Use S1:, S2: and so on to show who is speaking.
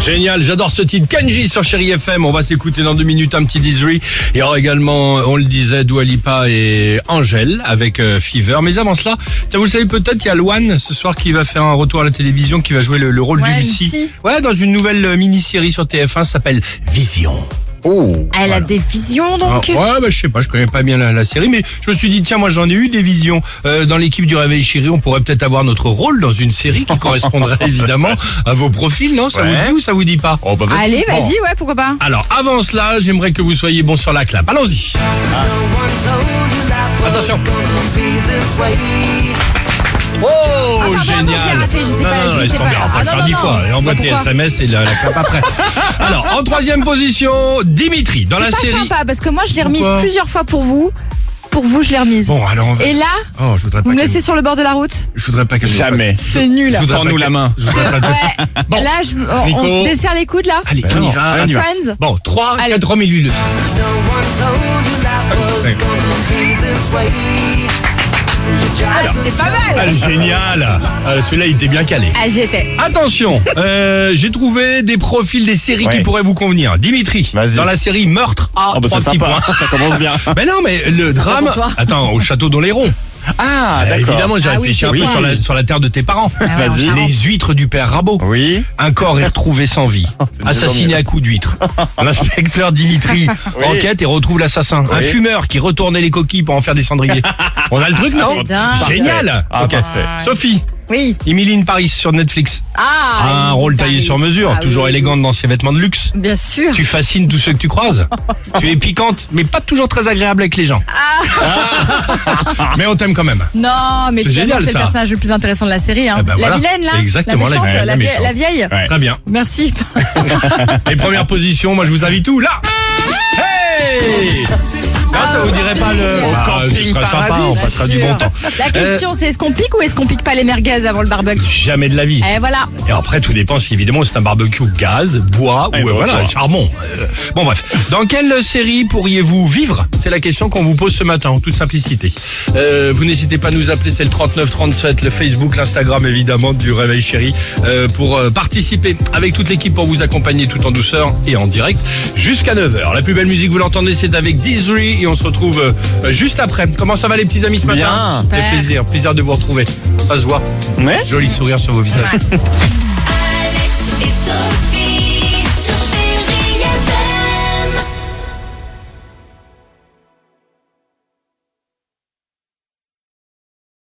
S1: Génial, j'adore ce titre. Kanji sur Chéri FM. On va s'écouter dans deux minutes un petit Disney. Il y aura également, on le disait, Dua Lipa et Angèle avec euh, Fever. Mais avant cela, tiens, vous le savez peut-être, il y a Loane ce soir qui va faire un retour à la télévision, qui va jouer le, le rôle
S2: Ouais,
S1: du Lucie.
S2: Lucie.
S1: Ouais, dans une nouvelle euh, mini-série sur TF1 ça s'appelle Vision. Oh.
S2: Elle a des visions
S1: Ah,
S2: donc.
S1: ouais, bah, je sais pas, je connais pas bien la, la série, mais je me suis dit, tiens, moi j'en ai eu des visions. Euh, dans l'équipe du Réveil Chéri, on pourrait peut-être avoir notre rôle dans une série qui correspondrait évidemment à vos profils, non Ça
S3: Ouais.
S1: vous dit ou ça vous dit pas
S3: Oh, bah, vas-y.
S2: Allez, vas-y, ouais, pourquoi pas.
S1: Alors, avant cela, j'aimerais que vous soyez bons sur la clap. Allons-y Attention Oh,
S2: pardon,
S1: génial
S2: je l'ai raté,
S1: Non,
S2: j'étais pas-
S1: non, non,
S2: j'étais
S1: laisse
S2: pas
S1: tomber,
S2: là.
S1: on va pas
S2: Ah,
S1: le
S2: non,
S1: faire
S2: non,
S1: dix
S2: non.
S1: fois. Et envoie
S2: Ça,
S1: tes
S2: pourquoi
S1: SMS et la, la clap après. Alors, en troisième position, Dimitri, dans la
S2: C'est pas
S1: série...
S2: sympa parce que moi je l'ai remise
S1: Pourquoi
S2: plusieurs fois pour vous. Pour vous, je l'ai remise.
S1: Bon, alors on va...
S2: Et là,
S1: Oh, je voudrais pas
S2: vous me
S1: qu'elle-
S2: laissez sur le bord de la route
S1: Je voudrais pas qu'elle nous fasse-
S3: Jamais.
S2: C'est nul.
S1: Je voudrais
S3: Tends-nous
S1: pas
S3: la
S1: que-
S3: main.
S1: je voudrais pas que-
S2: Ouais.
S1: Bon.
S2: Là, je- on-
S1: Nico.
S2: on se desserre les coudes là. Ah,
S1: Allez,
S3: Ben
S1: on y
S3: non,
S1: va.
S3: allez, on y va.
S2: Friends.
S1: Bon, 3,
S2: Allez.
S1: 4000 minutes.
S2: Ah, c'était pas mal.
S1: Allez, génial. Euh, Celui-là, il était bien calé.
S2: Ah, j'y étais.
S1: Attention, euh, j'ai trouvé des profils des séries qui
S3: Ouais.
S1: pourraient vous convenir. Dimitri,
S3: Vas-y.
S1: dans la série Meurtre, ah,
S3: Oh, bah,
S1: trois
S3: c'est
S1: petits
S3: sympa.
S1: points.
S3: Ça commence bien.
S1: Mais non, mais le drame.
S2: pour toi.
S1: Attends, au château d'Oléron.
S3: Ah,
S1: Euh,
S3: d'accord.
S1: Évidemment, j'ai
S2: Ah oui,
S1: réfléchi
S2: c'est
S1: un peu
S3: toi.
S1: sur la, sur la terre de tes parents.
S2: Ah ouais,
S3: Vas-y.
S2: on s'arrange.
S1: Les huîtres du père Rabot.
S3: Oui.
S1: Un corps est retrouvé sans vie,
S3: c'est
S1: assassiné
S3: déjà
S1: à coups d'huître. L'inspecteur Dimitri
S3: Oui.
S1: enquête et retrouve l'assassin. Un
S3: Oui.
S1: fumeur qui retournait les coquilles pour en faire des cendriers. On a le truc, non
S2: C'est dingue.
S1: Génial
S3: Ah,
S1: Ok.
S3: parfait.
S1: Sophie,
S2: Oui.
S1: Emiline Paris sur Netflix.
S2: Ah.
S1: un
S2: Emily
S1: rôle taillé
S2: Paris.
S1: sur mesure,
S2: Ah,
S1: toujours
S2: oui.
S1: élégante dans ses vêtements de luxe.
S2: Bien sûr.
S1: Tu fascines tous ceux que tu croises. tu es piquante, mais pas toujours très agréable avec les gens.
S2: Ah.
S1: Ah. mais on t'aime quand même.
S2: Non, mais
S1: C'est
S2: finalement,
S1: génial,
S2: c'est
S1: ça.
S2: le personnage le plus intéressant de la série. Hein.
S1: Ah bah
S2: la
S1: voilà.
S2: vilaine là.
S1: Exactement, la
S2: la méchante.
S1: vilaine,
S2: La,
S1: la
S2: vie-
S1: méchante.
S2: la vieille.
S3: Ouais.
S1: Très bien.
S2: Merci.
S1: Les premières positions, moi je vous invite où Là Hey Ah, ça vous dirait pas le.
S3: Au
S1: Bah,
S3: camping
S1: ce sera sympa,
S3: paradis.
S1: on passera du
S2: Sûr.
S1: bon temps. Euh.
S2: La question, c'est est-ce qu'on pique ou est-ce qu'on pique pas les merguez avant le barbecue
S1: Jamais de la vie.
S2: Eh voilà.
S1: Et après, tout dépend si évidemment c'est un barbecue gaz, bois
S3: Eh
S1: ou euh,
S3: ben,
S1: voilà,
S3: toi.
S1: charbon. Euh, bon bref, dans quelle série pourriez-vous vivre C'est la question qu'on vous pose ce matin en toute simplicité. Euh, vous n'hésitez pas à nous appeler, c'est le 3937, le Facebook, l'Instagram évidemment du Réveil Chéri euh, pour euh, participer avec toute l'équipe pour vous accompagner tout en douceur et en direct jusqu'à 9h. La plus belle musique, vous l'entendez, c'est avec Dizry et on se retrouve euh, juste après. Comment ça va les petits amis ce matin
S2: Bien.
S1: Fait plaisir, plaisir de vous retrouver. Ça se voit,
S3: Ouais.
S1: joli sourire sur vos visages.
S4: Alex et Sophie.